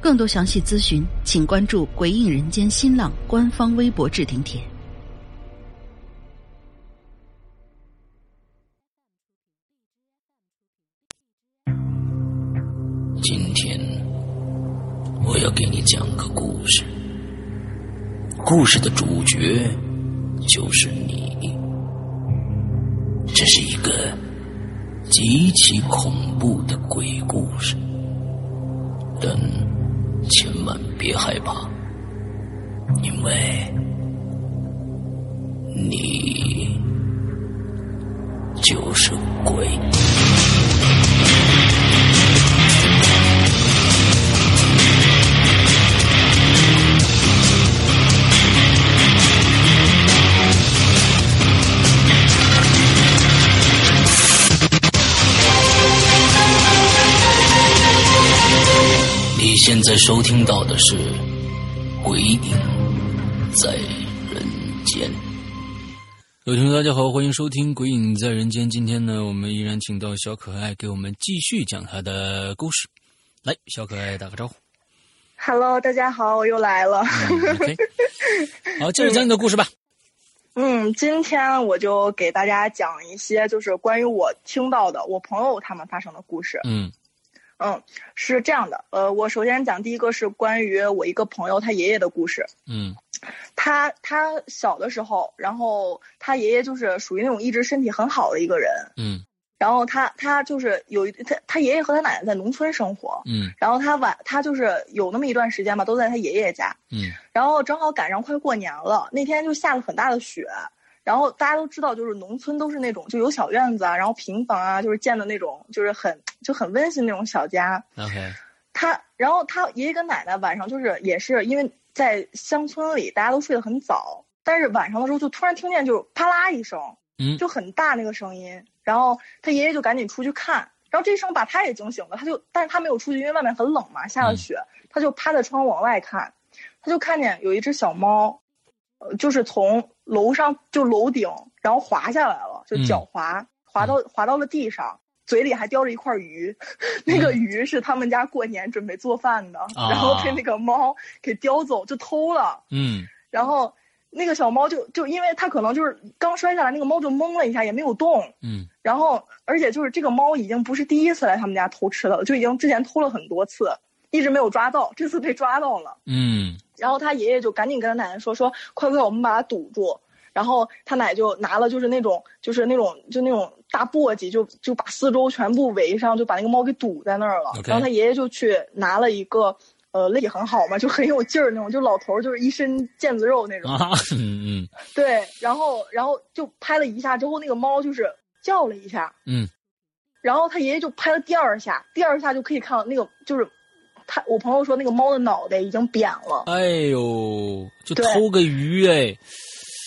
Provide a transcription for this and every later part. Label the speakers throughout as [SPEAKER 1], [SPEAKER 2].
[SPEAKER 1] 更多详细咨询，请关注“鬼影人间”新浪官方微博置顶帖。
[SPEAKER 2] 今天我要给你讲个故事，故事的主角就是你。这是一个极其恐怖的鬼故事，但千万别害怕，因为你就是鬼。你现在收听到的是《鬼影在人间》。
[SPEAKER 3] 各位听众，大家好，欢迎收听《鬼影在人间》。今天呢，我们依然请到小可爱给我们继续讲她的故事。来，小可爱打个招呼。
[SPEAKER 4] Hello，大家好，我又来了。
[SPEAKER 3] 嗯 OK，好，接着讲你的故事吧。
[SPEAKER 4] 嗯，今天我就给大家讲一些就是关于我听到的我朋友他们发生的故事。
[SPEAKER 3] 嗯
[SPEAKER 4] 嗯，是这样的，呃，我首先讲第一个是关于我一个朋友他爷爷的故事。
[SPEAKER 3] 嗯
[SPEAKER 4] 他他小的时候，然后他爷爷就是属于那种一直身体很好的一个人，
[SPEAKER 3] 嗯
[SPEAKER 4] 然后他他就是有一他他爷爷和他奶奶在农村生活，
[SPEAKER 3] 嗯
[SPEAKER 4] 然后他晚他就是有那么一段时间吧，都在他爷爷家。
[SPEAKER 3] 嗯
[SPEAKER 4] 然后正好赶上快过年了，那天就下了很大的雪。然后大家都知道，就是农村都是那种就有小院子啊，然后平房啊，就是建的那种，就是很就很温馨那种小家。
[SPEAKER 3] ，OK，
[SPEAKER 4] 他，然后他爷爷跟奶奶晚上就是也是因为在乡村里，大家都睡得很早，但是晚上的时候就突然听见就啪啦一声，
[SPEAKER 3] 嗯
[SPEAKER 4] 就很大那个声音。然后他爷爷就赶紧出去看，然后这一声把他也惊醒了，他就但是他没有出去，因为外面很冷嘛，下
[SPEAKER 3] 嗯
[SPEAKER 4] 了雪，他就趴在窗户往外看，他就看见有一只小猫，呃，就是从楼上就楼顶然后滑下来了，就
[SPEAKER 3] 嗯
[SPEAKER 4] 脚滑、滑到滑到了地上。嘴里还叼着一块鱼，那个鱼是他们家过年准备做饭的，
[SPEAKER 3] 啊
[SPEAKER 4] 然后被那个猫给叼走，就偷了。
[SPEAKER 3] 嗯
[SPEAKER 4] 然后那个小猫就就因为它可能就是刚摔下来，那个猫就懵了一下，也没有动。
[SPEAKER 3] 嗯
[SPEAKER 4] 然后而且就是这个猫已经不是第一次来他们家偷吃的了，就已经之前偷了很多次，一直没有抓到，这次被抓到了。
[SPEAKER 3] 嗯
[SPEAKER 4] 然后他爷爷就赶紧跟他奶奶说说，快快，我们把它堵住。然后他奶就拿了就是那种就是那种就那种大簸箕，就就把四周全部围上，就把那个猫给堵在那儿了。
[SPEAKER 3] OK
[SPEAKER 4] 然后他爷爷就去拿了一个呃肋也很好嘛，就很有劲儿那种，就老头儿就是一身腱子肉那种。
[SPEAKER 3] 啊，嗯嗯
[SPEAKER 4] 对，然后然后就拍了一下之后，那个猫就是叫了一下，
[SPEAKER 3] 嗯，
[SPEAKER 4] 然后他爷爷就拍了第二下，第二下就可以看到那个就是他我朋友说那个猫的脑袋已经扁了，
[SPEAKER 3] 哎呦，就
[SPEAKER 4] 对
[SPEAKER 3] 偷个鱼哎，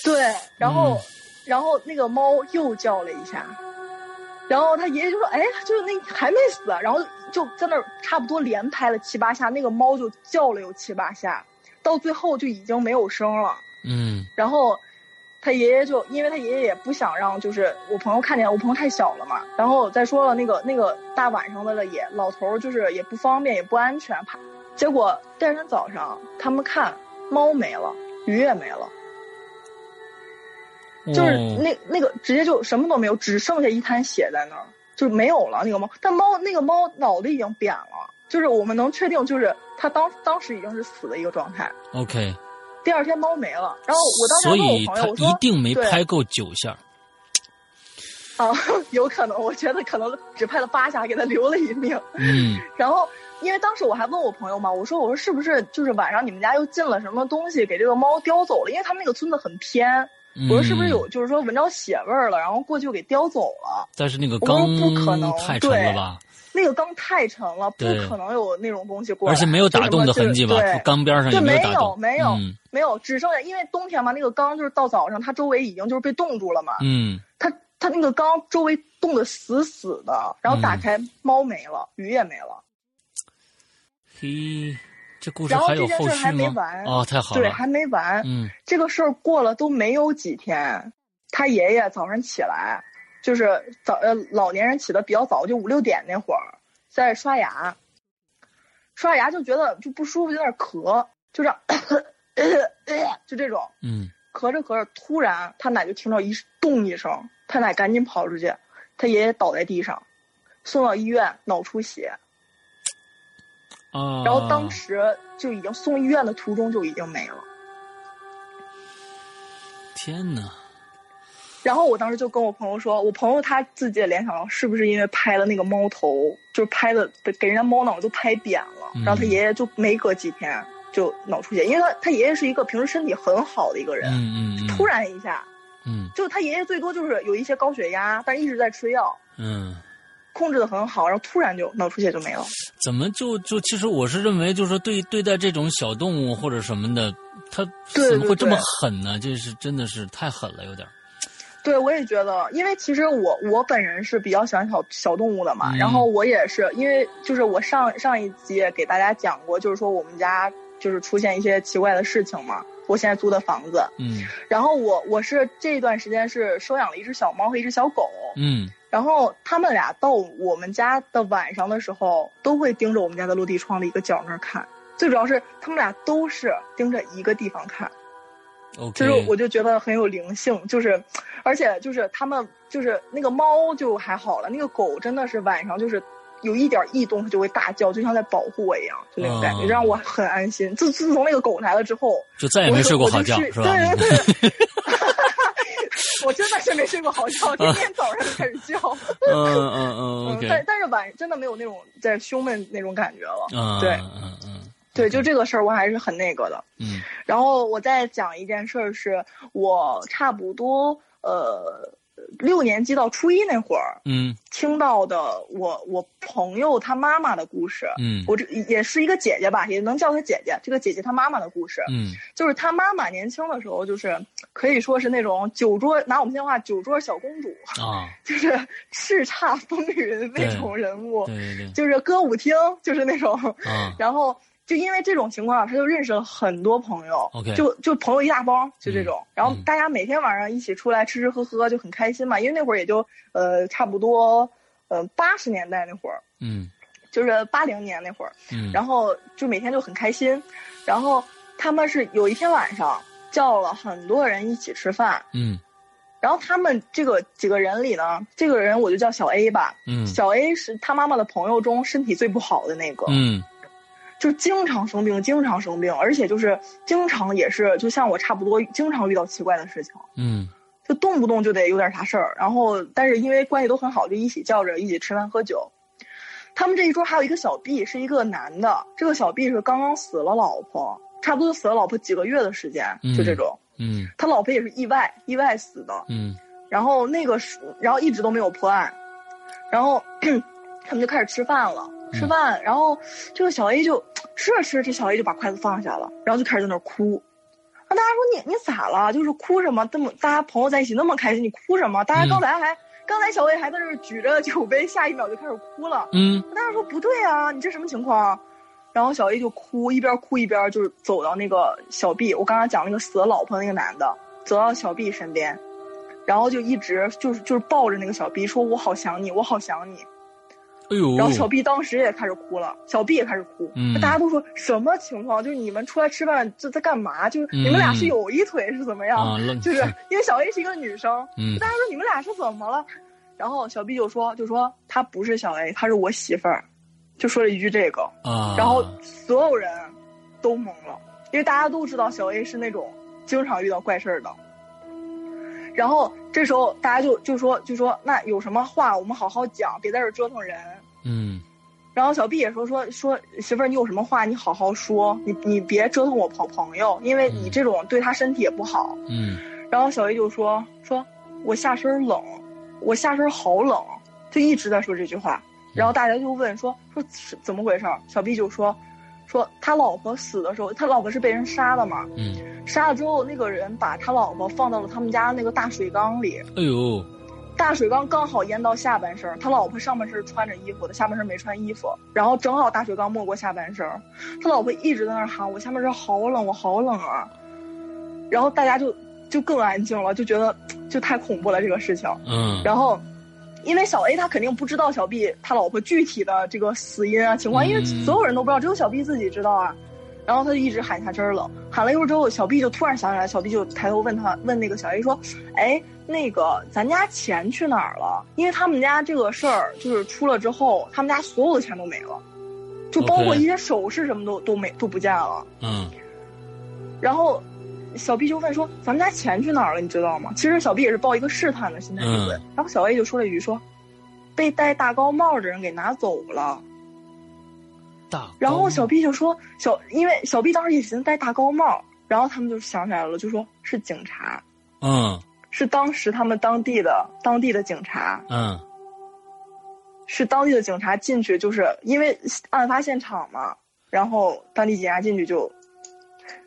[SPEAKER 4] 对，然后、
[SPEAKER 3] 嗯
[SPEAKER 4] 然后那个猫又叫了一下，然后他爷爷就说哎，就是那还没死，啊然后就在那儿差不多连拍了七八下，那个猫就叫了有七八下，到最后就已经没有声了。
[SPEAKER 3] 嗯
[SPEAKER 4] 然后他爷爷就，因为他爷爷也不想让就是我朋友看见，我朋友太小了嘛。然后再说了，那个那个大晚上的了也，老头儿就是也不方便，也不安全，怕。结果第二天早上他们看猫没了，鱼也没了，就是
[SPEAKER 3] 哦
[SPEAKER 4] 那、那个直接就什么都没有，只剩下一滩血在那儿，就是没有了那个猫。但猫那个猫脑袋已经扁了，就是我们能确定，就是它当当时已经是死的一个状态。
[SPEAKER 3] OK，
[SPEAKER 4] 第二天猫没了，然后我当时还
[SPEAKER 3] 所
[SPEAKER 4] 问我
[SPEAKER 3] 以
[SPEAKER 4] 朋
[SPEAKER 3] 他
[SPEAKER 4] 友，我说
[SPEAKER 3] 一定没
[SPEAKER 4] 对
[SPEAKER 3] 拍够九下儿，
[SPEAKER 4] 啊， 有可能，我觉得可能只派了八下，给他留了一命。
[SPEAKER 3] 嗯
[SPEAKER 4] 然后，因为当时我还问我朋友嘛，我说我说是不是就是晚上你们家又进了什么东西给这个猫叼走了？因为他们那个村子很偏，
[SPEAKER 3] 嗯，
[SPEAKER 4] 我说是不是有就是说闻着血味儿了，然后过去给叼走了？
[SPEAKER 3] 但是那个
[SPEAKER 4] 我说
[SPEAKER 3] 缸
[SPEAKER 4] 不可能
[SPEAKER 3] 太沉了吧，
[SPEAKER 4] 那个缸太沉了，不
[SPEAKER 3] 对
[SPEAKER 4] 可能有那种东西过来，
[SPEAKER 3] 而且没有打洞的痕迹吧
[SPEAKER 4] 就什么？就是对
[SPEAKER 3] 缸边上
[SPEAKER 4] 对，
[SPEAKER 3] 也
[SPEAKER 4] 没
[SPEAKER 3] 有打洞，
[SPEAKER 4] 没有，
[SPEAKER 3] 嗯
[SPEAKER 4] 没有，只剩下因为冬天嘛，那个缸就是到早上，它周围已经就是被冻住了嘛，
[SPEAKER 3] 嗯
[SPEAKER 4] 它它那个缸周围冻得死死的，然后打
[SPEAKER 3] 嗯
[SPEAKER 4] 开，猫没了，鱼也没了，
[SPEAKER 3] 嘿，这故事
[SPEAKER 4] 然后
[SPEAKER 3] 有
[SPEAKER 4] 这件
[SPEAKER 3] 后
[SPEAKER 4] 事儿
[SPEAKER 3] 续
[SPEAKER 4] 还没
[SPEAKER 3] 吗
[SPEAKER 4] 完？
[SPEAKER 3] 哦，太好
[SPEAKER 4] 对，
[SPEAKER 3] 了，
[SPEAKER 4] 还没完。
[SPEAKER 3] 嗯
[SPEAKER 4] 这个事儿过了都没有几天，他爷爷早上起来，就是早呃老年人起的比较早，就五六点那会儿，在刷牙，刷牙就觉得就不舒服，有点咳，就这样， 就这种，
[SPEAKER 3] 嗯，
[SPEAKER 4] 咳着咳着，突然他奶就听到一咚一声，他奶赶紧跑出去，他爷爷倒在地上，送到医院脑出血，
[SPEAKER 3] 啊，
[SPEAKER 4] 然后
[SPEAKER 3] 哦
[SPEAKER 4] 当时就已经送医院的途中就已经没了。
[SPEAKER 3] 天哪，
[SPEAKER 4] 然后我当时就跟我朋友说，我朋友他自己也联想到是不是因为拍了那个猫头，就是拍的给人家猫脑都拍扁了，
[SPEAKER 3] 嗯
[SPEAKER 4] 然后他爷爷就没隔几天就脑出血，因为他他爷爷是一个平时身体很好的一个人，
[SPEAKER 3] 嗯嗯嗯，
[SPEAKER 4] 突然一下，
[SPEAKER 3] 嗯
[SPEAKER 4] 就他爷爷最多就是有一些高血压，但一直在吃药，
[SPEAKER 3] 嗯。
[SPEAKER 4] 控制的很好，然后突然就脑出血就没了。
[SPEAKER 3] 怎么就就其实我是认为，就是说对对待这种小动物或者什么的，它
[SPEAKER 4] 对
[SPEAKER 3] 怎么会
[SPEAKER 4] 对
[SPEAKER 3] 这么
[SPEAKER 4] 对
[SPEAKER 3] 狠呢？这是真的是太狠了，有点儿。
[SPEAKER 4] 对，我也觉得，因为其实我我本人是比较喜欢小小动物的嘛，
[SPEAKER 3] 嗯
[SPEAKER 4] 然后我也是因为就是我上上一集也给大家讲过，就是说我们家就是出现一些奇怪的事情嘛。我现在租的房子，
[SPEAKER 3] 嗯
[SPEAKER 4] 然后我我是这一段时间是收养了一只小猫和一只小狗，
[SPEAKER 3] 嗯
[SPEAKER 4] 然后他们俩到我们家的晚上的时候，都会盯着我们家的落地窗的一个角那儿看。最主要是他们俩都是盯着一个地方看，
[SPEAKER 3] ，OK，
[SPEAKER 4] 就是我就觉得很有灵性，就是，而且就是他们就是那个猫就还好了，那个狗真的是晚上就是有一点异动它就会大叫，就像在保护我一样，就那种感觉，
[SPEAKER 3] 哦
[SPEAKER 4] 让我很安心。自自从那个狗来了之后，
[SPEAKER 3] 就再也
[SPEAKER 4] 我
[SPEAKER 3] 没
[SPEAKER 4] 就
[SPEAKER 3] 睡过
[SPEAKER 4] 我就
[SPEAKER 3] 好觉，
[SPEAKER 4] 睡
[SPEAKER 3] 是吧？
[SPEAKER 4] 对对对。 我真的是没睡过好觉，天天早上就开始叫，
[SPEAKER 3] 嗯嗯嗯 嗯
[SPEAKER 4] 嗯
[SPEAKER 3] ，OK，
[SPEAKER 4] 但但是晚真的没有那种在胸闷那种感觉了。
[SPEAKER 3] 嗯，
[SPEAKER 4] 对
[SPEAKER 3] 嗯嗯
[SPEAKER 4] 对，就这个事儿我还是很那个的。
[SPEAKER 3] 嗯
[SPEAKER 4] 然后我再讲一件事儿，是我差不多呃六年级到初一那会儿
[SPEAKER 3] 嗯
[SPEAKER 4] 听到的我我朋友她妈妈的故事。
[SPEAKER 3] 嗯
[SPEAKER 4] 我这也是一个姐姐吧，也能叫她姐姐。这个姐姐她妈妈的故事，
[SPEAKER 3] 嗯
[SPEAKER 4] 就是她妈妈年轻的时候，就是可以说是那种酒桌，拿我们现在话酒桌小公主，
[SPEAKER 3] 啊，
[SPEAKER 4] 就是叱咤风云那种人物
[SPEAKER 3] 对，对
[SPEAKER 4] 就是歌舞厅，就是那种
[SPEAKER 3] 对啊，
[SPEAKER 4] 然后就因为这种情况，他就认识了很多朋友
[SPEAKER 3] OK
[SPEAKER 4] 就就朋友一大帮，就这种。然后
[SPEAKER 3] 嗯
[SPEAKER 4] 大家每天晚上一起出来吃吃喝喝，就很开心嘛。因为那会儿也就呃差不多呃八十年代那会儿，
[SPEAKER 3] 嗯
[SPEAKER 4] 就是八零年那会儿，
[SPEAKER 3] 嗯，
[SPEAKER 4] 然后就每天就很开心。然后他们是有一天晚上叫了很多人一起吃饭，
[SPEAKER 3] 嗯
[SPEAKER 4] 然后他们这个几个人里呢，这个人我就叫小 A 吧。
[SPEAKER 3] 嗯
[SPEAKER 4] 小 A 是他妈妈的朋友中身体最不好的那个，
[SPEAKER 3] 嗯
[SPEAKER 4] 就经常生病，经常生病，而且就是经常也是，就像我差不多，经常遇到奇怪的事情，
[SPEAKER 3] 嗯
[SPEAKER 4] 就动不动就得有点啥事儿。然后，但是因为关系都很好，就一起叫着一起吃饭喝酒。他们这一桌还有一个小 B，是一个男的，这个小 B 是刚刚死了老婆，差不多死了老婆几个月的时间，就这种。
[SPEAKER 3] 嗯
[SPEAKER 4] 他老婆也是意外意外死的，
[SPEAKER 3] 嗯
[SPEAKER 4] 然后那个是，然后一直都没有破案，然后 他们就开始吃饭了，吃饭，然后这个小 A 就吃着吃着，这小 A 就把筷子放下了，然后就开始在那儿哭。啊！大家说你你咋了？就是哭什么？这么大家朋友在一起那么开心，你哭什么？大家刚才还、刚才小 A 还在这儿举着酒杯，下一秒就开始哭了。
[SPEAKER 3] 嗯
[SPEAKER 4] 大家说不对啊，你这什么情况？然后小 A 就哭，一边哭一边就是走到那个小 B，我刚刚讲那个死了老婆那个男的，走到小 B 身边，然后就一直就是就是抱着那个小 B 说：“我好想你，我好想你。”
[SPEAKER 3] 哎呦，
[SPEAKER 4] 然后小 B 当时也开始哭了，小 B 也开始哭，
[SPEAKER 3] 嗯
[SPEAKER 4] 大家都说什么情况？就是你们出来吃饭这在干嘛？就是你们俩是有一腿是怎么样？
[SPEAKER 3] 嗯啊，愣
[SPEAKER 4] 就是因为小 A 是一个女生，
[SPEAKER 3] 嗯
[SPEAKER 4] 大家说你们俩是怎么了？然后小 B 就说就说她不是小 A，她是我媳妇儿，就说了一句这个，
[SPEAKER 3] 啊，
[SPEAKER 4] 然后所有人都懵了，因为大家都知道小 A 是那种经常遇到怪事儿的。然后这时候大家就就说就说那有什么话我们好好讲，别在这儿折腾人。
[SPEAKER 3] 嗯
[SPEAKER 4] 然后小 B 也说说说媳妇儿，你有什么话你好好说，你你别折腾我朋朋友，因为你这种对他身体也不好。
[SPEAKER 3] 嗯
[SPEAKER 4] 然后小 A 就说说我下身冷，我下身好冷，就一直在说这句话。然后大家就问说说是怎么回事儿？小 B 就说说他老婆死的时候，他老婆是被人杀的嘛，
[SPEAKER 3] 嗯，
[SPEAKER 4] 杀了之后那个人把他老婆放到了他们家那个大水缸里，
[SPEAKER 3] 哎呦，
[SPEAKER 4] 大水缸刚好淹到下半身儿，他老婆上半身儿穿着衣服的，下半身儿没穿衣服，然后正好大水缸没过下半身儿，他老婆一直在那儿喊我下半身儿好冷，我好冷啊，然后大家就就更安静了，就觉得就太恐怖了这个事情，
[SPEAKER 3] 嗯，
[SPEAKER 4] 然后。因为小 A 他肯定不知道小 B 他老婆具体的这个死因啊情况，因为
[SPEAKER 3] 嗯
[SPEAKER 4] 所有人都不知道，只有小 B 自己知道啊。然后他就一直喊下针儿冷，喊了一会儿之后，小 B 就突然想起来，小 B 就抬头问他问那个小 A 说：“哎，那个咱家钱去哪儿了？因为他们家这个事儿就是出了之后，他们家所有的钱都没了，就包括
[SPEAKER 3] OK
[SPEAKER 4] 一些首饰什么都都没都不见了。
[SPEAKER 3] 嗯
[SPEAKER 4] 然后小 B 就问说：“咱们家钱去哪儿了？你知道吗？”其实小 B 也是抱一个试探的心态去问。
[SPEAKER 3] 嗯
[SPEAKER 4] 然后小 A 就说了一句说：“被戴大高帽的人给拿走了。
[SPEAKER 3] 大”，
[SPEAKER 4] 然后
[SPEAKER 3] 哦
[SPEAKER 4] 小 B 就说：“小，因为小 B 当时也寻思戴大高帽，然后他们就想起来了，就说是警察，
[SPEAKER 3] 嗯
[SPEAKER 4] 是当时他们当地的当地的警察，
[SPEAKER 3] 嗯
[SPEAKER 4] 是当地的警察进去，就是因为案发现场嘛，然后当地警察进去就，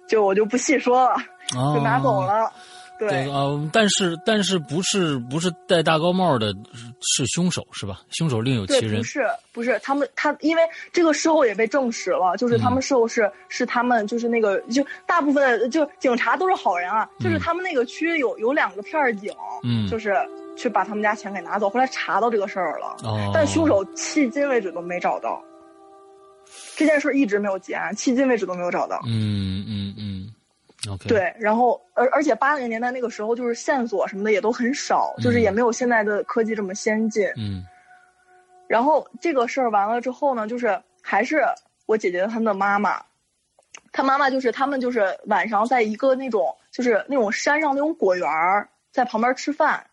[SPEAKER 4] 就我就不细说了，
[SPEAKER 3] 哦，
[SPEAKER 4] 就拿走了。对，
[SPEAKER 3] 啊、但是但是不是不是戴大高帽的是凶手是吧？凶手另有
[SPEAKER 4] 对
[SPEAKER 3] 其，人
[SPEAKER 4] 不。是不是，他们他因为这个事后也被证实了，就是他
[SPEAKER 3] 嗯
[SPEAKER 4] 们事后是、是他们就是那个就大部分的就警察都是好人啊，就是
[SPEAKER 3] 嗯
[SPEAKER 4] 他们那个区有有两个片儿警，
[SPEAKER 3] 嗯，
[SPEAKER 4] 就是去把他们家钱给拿走，后来查到这个事儿了，
[SPEAKER 3] 哦，
[SPEAKER 4] 但凶手迄今为止都没找到，这件事儿一直没有结案，迄今为止都没有找到。
[SPEAKER 3] 嗯嗯嗯，OK，，
[SPEAKER 4] 对，然后而而且八零年代那个时候，就是线索什么的也都很少，就是也
[SPEAKER 3] 嗯
[SPEAKER 4] 没有现在的科技这么先进。
[SPEAKER 3] 嗯
[SPEAKER 4] 然后这个事儿完了之后呢，就是还是我姐姐他们的妈妈，她妈妈就是他们就是晚上在一个那种就是那种山上那种果园儿，在旁边吃饭，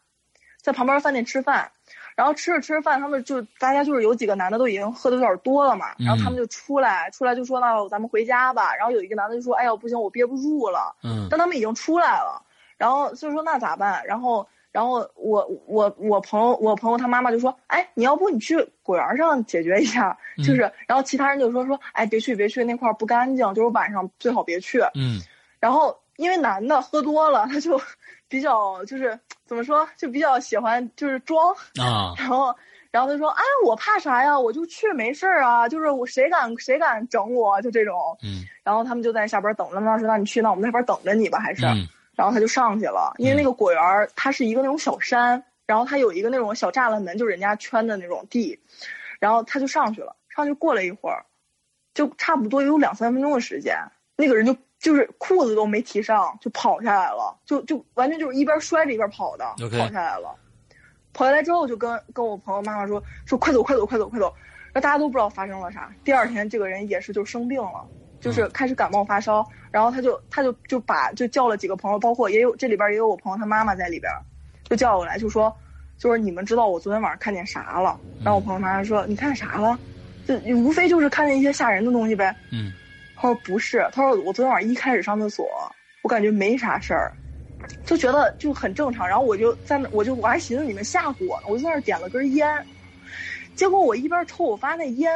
[SPEAKER 4] 在旁边饭店吃饭，然后吃着吃着饭，他们就大家就是有几个男的都已经喝的有点多了嘛，
[SPEAKER 3] 嗯
[SPEAKER 4] 然后他们就出来，出来就说那咱们回家吧，然后有一个男的就说哎呀不行我憋不住了，
[SPEAKER 3] 嗯
[SPEAKER 4] 但他们已经出来了，然后就说那咋办？然后然后我我我朋友我朋友他妈妈就说，哎，你要不你去果园上解决一下，
[SPEAKER 3] 嗯
[SPEAKER 4] 就是，然后其他人就说说，哎，别去别去，那块儿不干净，就是晚上最好别去。
[SPEAKER 3] 嗯
[SPEAKER 4] 然后因为男的喝多了，他就比较就是怎么说，就比较喜欢就是装，
[SPEAKER 3] 啊，
[SPEAKER 4] 然后。然后他说：“哎，我怕啥呀？我就去，没事儿啊。就是我谁敢谁敢整我，就这种。
[SPEAKER 3] 嗯
[SPEAKER 4] 然后他们就在下边等着。他妈说：‘那你去，那我们在那边等着你吧，还是。’啊
[SPEAKER 3] 嗯
[SPEAKER 4] 然后他就上去了，因为那个果园儿它是一个那种小山，然后它有一个那种小栅栏门，就是人家圈的那种地，然后他就上去了，上去过了一会儿，就差不多有两三分钟的时间，那个人就就是裤子都没提上就跑下来了，就就完全就是一边摔着一边跑的
[SPEAKER 3] OK
[SPEAKER 4] 跑下来了，跑下来之后就跟跟我朋友妈妈说说快走快走快走快走，然后大家都不知道发生了啥，第二天这个人也是就生病了。就是开始感冒发烧，然后他就他就就把就叫了几个朋友，包括也有这里边也有我朋友他妈妈在里边，就叫过来就说，就是你们知道我昨天晚上看见啥了？然后我朋友妈妈说你看啥了？就无非就是看见一些吓人的东西呗。
[SPEAKER 3] 嗯
[SPEAKER 4] 他说不是，他说我昨天晚上一开始上厕所，我感觉没啥事儿，就觉得就很正常。然后我就在那，我就我还寻思你们吓唬我呢，我就在那儿点了根烟，结果我一边抽，我发现那烟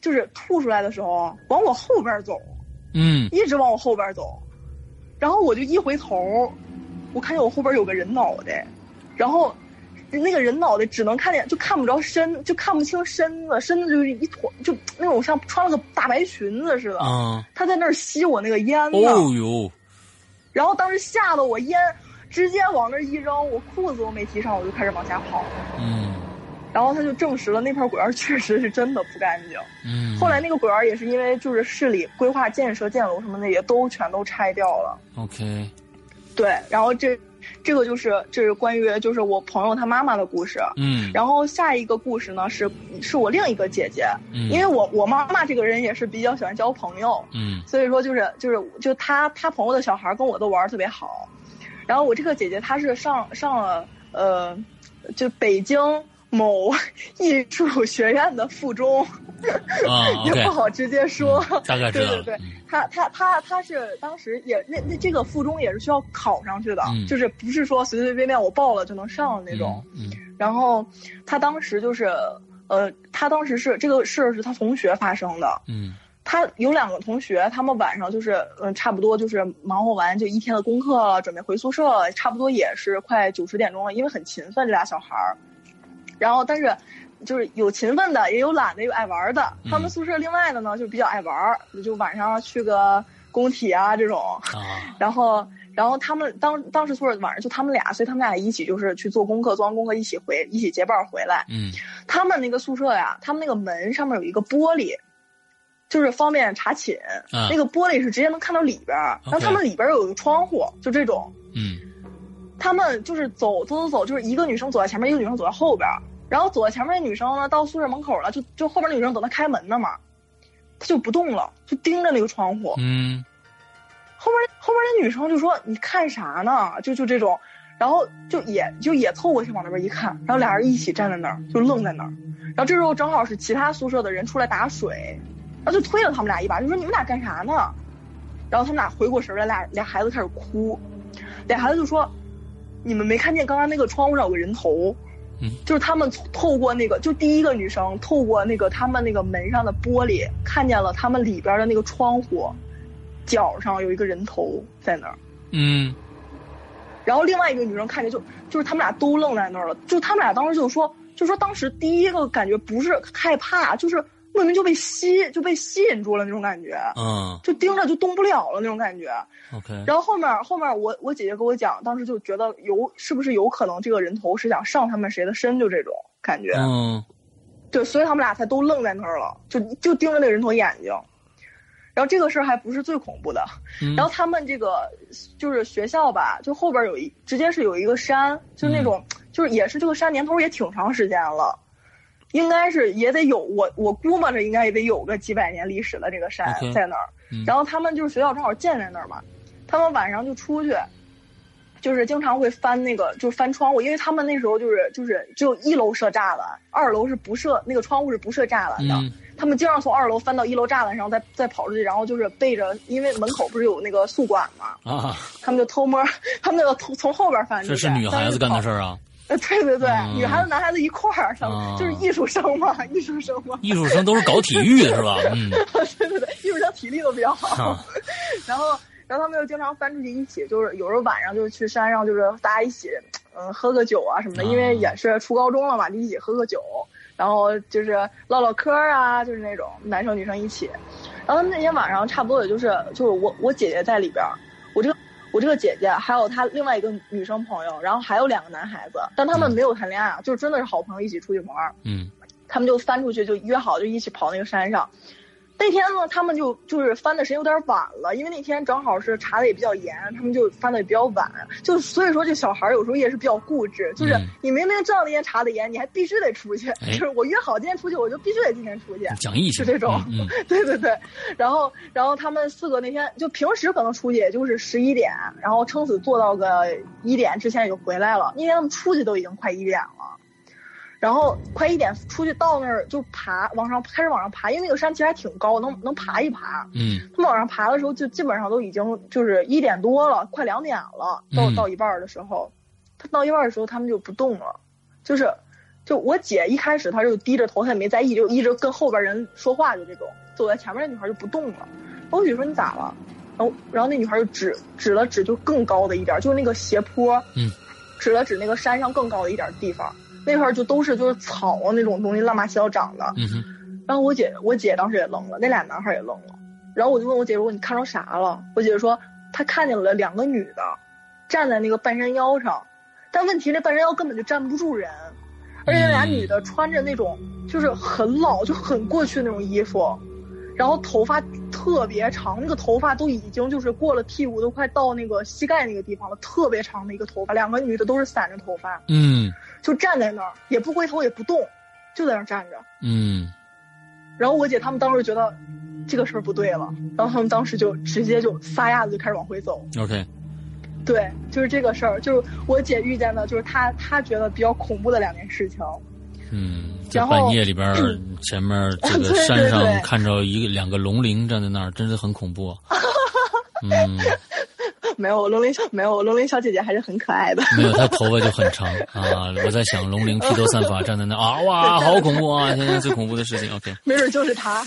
[SPEAKER 4] 就是吐出来的时候往我后边走，
[SPEAKER 3] 嗯
[SPEAKER 4] 一直往我后边走，然后我就一回头，我看见我后边有个人脑袋，然后那个人脑袋只能看见，就看不着身，就看不清身子，身子就是一坨，就那种像穿了个大白裙子似的。
[SPEAKER 3] 啊，
[SPEAKER 4] 他在那儿吸我那个烟呢，
[SPEAKER 3] 哦呦，
[SPEAKER 4] 然后当时吓得我烟直接往那儿一扔，我裤子都没提上，我就开始往下跑。
[SPEAKER 3] 嗯
[SPEAKER 4] 然后他就证实了那片果园确实是真的不干净。
[SPEAKER 3] 嗯，
[SPEAKER 4] 后来那个果园也是因为就是市里规划建设、建楼什么的也都全都拆掉了。
[SPEAKER 3] OK，
[SPEAKER 4] 对，然后这这个就是这是关于就是我朋友他妈妈的故事。
[SPEAKER 3] 嗯，
[SPEAKER 4] 然后下一个故事呢是是我另一个姐姐，
[SPEAKER 3] 嗯
[SPEAKER 4] 因为我我妈妈这个人也是比较喜欢交朋友，
[SPEAKER 3] 嗯
[SPEAKER 4] 所以说就是就是就他他朋友的小孩儿跟我都玩儿特别好，然后我这个姐姐她是上上了呃，就北京某 艺术学院的附中，
[SPEAKER 3] 啊
[SPEAKER 4] 也
[SPEAKER 3] ，OK，嗯
[SPEAKER 4] 不好直接说。
[SPEAKER 3] 大概知道了，
[SPEAKER 4] 对对对她她她她是当时也那那这个附中也是需要考上去的，
[SPEAKER 3] 嗯
[SPEAKER 4] 就是不是说随随便便我报了就能上的那种。
[SPEAKER 3] 嗯，
[SPEAKER 4] 然后她当时就是呃，她当时是这个事儿是她同学发生的，
[SPEAKER 3] 嗯
[SPEAKER 4] 他有两个同学，他们晚上就是嗯，差不多就是忙活完就一天的功课了，准备回宿舍了，差不多也是快九十点钟了，因为很勤奋这俩小孩儿。然后，但是就是有勤奋的，也有懒的，有爱玩的。他们宿舍另外的呢，就比较爱玩儿，就晚上去个工体啊这种。
[SPEAKER 3] 嗯啊，
[SPEAKER 4] 然后，然后他们当当时宿舍晚上就他们俩，所以他们俩一起就是去做功课，做完功课一起回，一起结伴儿回来。
[SPEAKER 3] 嗯
[SPEAKER 4] 他们那个宿舍呀，他们那个门上面有一个玻璃，就是方便查寝。
[SPEAKER 3] 啊
[SPEAKER 4] 那个玻璃是直接能看到里边儿，然后
[SPEAKER 3] OK
[SPEAKER 4] 他们里边儿有个窗户，就这种。
[SPEAKER 3] 嗯
[SPEAKER 4] 他们就是走走走走，就是一个女生走在前面，一个女生走在后边儿。然后走在前面那女生呢，到宿舍门口了，就就后边那女生等她开门呢嘛，她就不动了，就盯着那个窗户。
[SPEAKER 3] 嗯
[SPEAKER 4] 后面后面那女生就说：“你看啥呢？”就就这种，然后就也就也凑过去往那边一看，然后俩人一起站在那儿就愣在那儿，然后这时候正好是其他宿舍的人出来打水，然后就推了他们俩一把，就说：“你们俩干啥呢？”然后他们俩回过神来，俩俩孩子开始哭，俩孩子就说：“你们没看见刚刚那个窗户上有个人头？”
[SPEAKER 3] 嗯
[SPEAKER 4] 就是他们透过那个，就第一个女生透过那个他们那个门上的玻璃，看见了他们里边的那个窗户，脚上有一个人头在那儿。
[SPEAKER 3] 嗯
[SPEAKER 4] 然后另外一个女生看见就就是他们俩都愣在那儿了，就他们俩当时就说就说当时第一个感觉不是害怕，就是莫名就被吸就被吸引住了那种感觉，
[SPEAKER 3] 嗯
[SPEAKER 4] 就盯着就动不了了那种感觉。
[SPEAKER 3] ，OK，
[SPEAKER 4] 然后后面后面我我姐姐跟我讲，当时就觉得有是不是有可能这个人头是想上他们谁的身，就这种感觉。
[SPEAKER 3] 嗯
[SPEAKER 4] 对，所以他们俩才都愣在那儿了，就就盯着那个人头眼睛。然后这个事儿还不是最恐怖的，
[SPEAKER 3] 嗯，
[SPEAKER 4] 然后他们这个就是学校吧，就后边有一直接是有一个山，就那种、
[SPEAKER 3] 嗯
[SPEAKER 4] 就是也是这个山年头也挺长时间了，应该是也得有我我估摸着应该也得有个几百年历史的这个山
[SPEAKER 3] OK
[SPEAKER 4] 在那儿。
[SPEAKER 3] 嗯
[SPEAKER 4] 然后他们就是学校正好建在那儿嘛，他们晚上就出去。就是经常会翻那个，就是翻窗户，因为他们那时候就是就是只有一楼设栅栏，二楼是不设那个窗户是不设栅栏的，
[SPEAKER 3] 嗯
[SPEAKER 4] 他们经常从二楼翻到一楼栅栏上，再再跑出去，然后就是背着，因为门口不是有那个宿管嘛，
[SPEAKER 3] 啊，
[SPEAKER 4] 他们就偷摸， 他们就从从后边翻出
[SPEAKER 3] 这
[SPEAKER 4] 去。
[SPEAKER 3] 是女孩子干的事
[SPEAKER 4] 儿。
[SPEAKER 3] 儿啊，
[SPEAKER 4] 呃，对对对，
[SPEAKER 3] 嗯
[SPEAKER 4] 女孩子、男孩子一块儿，他们、
[SPEAKER 3] 啊
[SPEAKER 4] 就是艺术生嘛， 艺术生嘛，
[SPEAKER 3] 艺术生都是搞体育的是吧？嗯
[SPEAKER 4] 对对对，艺术生体力都比较好。
[SPEAKER 3] 啊
[SPEAKER 4] 然后，然后他们就经常翻出去一起，就是有时候晚上就去山上，就是大家一起，嗯，喝个酒啊什么的，
[SPEAKER 3] 啊
[SPEAKER 4] 因为也是初高中了嘛，就一起喝个酒，然后就是唠唠嗑啊，就是那种男生女生一起。然后他们那天晚上差不多也就是就是我我姐姐在里边儿，我这个我这个姐姐还有她另外一个女生朋友，然后还有两个男孩子，但他们
[SPEAKER 3] 嗯
[SPEAKER 4] 没有谈恋爱，啊，就是真的是好朋友一起出去玩儿。
[SPEAKER 3] 嗯
[SPEAKER 4] 他们就翻出去，就约好就一起跑那个山上。那天呢，他们就就是翻的时间有点晚了，因为那天正好是查的也比较严，他们就翻的也比较晚，就所以说这小孩儿有时候也是比较固执，就是
[SPEAKER 3] 嗯
[SPEAKER 4] 你明明知道那天查的严，你还必须得出去，
[SPEAKER 3] 哎
[SPEAKER 4] 就是我约好今天出去，我就必须得今天出去。
[SPEAKER 3] 讲义气
[SPEAKER 4] 是这种
[SPEAKER 3] 嗯
[SPEAKER 4] 对对对，然后然后他们四个那天就平时可能出去也就是十一点，然后撑死做到个一点之前也就回来了，因为他们出去都已经快一点了。然后快一点出去到那儿就爬，往上开始往上爬，因为那个山其实还挺高，能能爬一爬。
[SPEAKER 3] 嗯
[SPEAKER 4] 他们往上爬的时候，就基本上都已经就是一点多了，快两点了。到
[SPEAKER 3] 嗯
[SPEAKER 4] 到一半儿的时候，他到一半儿的时候，他们就不动了，就是就我姐一开始她就低着头，她也没在意，就一直跟后边人说话，就这种。走在前面那女孩就不动了，然后我姐说你咋了？然后然后那女孩就指指了指就更高的一点儿，就是那个斜坡，
[SPEAKER 3] 嗯，
[SPEAKER 4] 指了指那个山上更高的一点儿地方。那块儿就都是就是草啊那种东西乱八七糟长的，
[SPEAKER 3] 嗯哼
[SPEAKER 4] 然后我姐我姐当时也愣了，那俩男孩也愣了。然后我就问我姐，我说你看着啥了？我姐说她看见了两个女的，站在那个半山腰上，但问题那半山腰根本就站不住人，而且那俩女的穿着那种就是很老就很过去那种衣服，然后头发特别长，那个头发都已经就是过了屁股，都快到那个膝盖那个地方了，特别长的一个头发。两个女的都是散着头发，
[SPEAKER 3] 嗯
[SPEAKER 4] 就站在那儿也不回头也不动，就在那儿站着。
[SPEAKER 3] 嗯
[SPEAKER 4] 然后我姐他们当时觉得这个事儿不对了，然后他们当时就直接就撒丫子就开始往回走。
[SPEAKER 3] ，OK，
[SPEAKER 4] 对，就是这个事儿，就是我姐遇见的，就是她她觉得比较恐怖的两件事情。
[SPEAKER 3] 嗯，在
[SPEAKER 4] 然后
[SPEAKER 3] 半夜里边儿，前面儿这个
[SPEAKER 4] 对对
[SPEAKER 3] 山上
[SPEAKER 4] 对
[SPEAKER 3] 看着一个两个龙鳞站在那儿，真是很恐怖啊。嗯，
[SPEAKER 4] 没有龙鳞，没有龙鳞小姐姐还是很可爱的。
[SPEAKER 3] 没有，他头发就很长啊。我在想，龙鳞披头散发站在那啊，哇，好恐怖啊！现在最恐怖的事情，OK，
[SPEAKER 4] 没准就是她，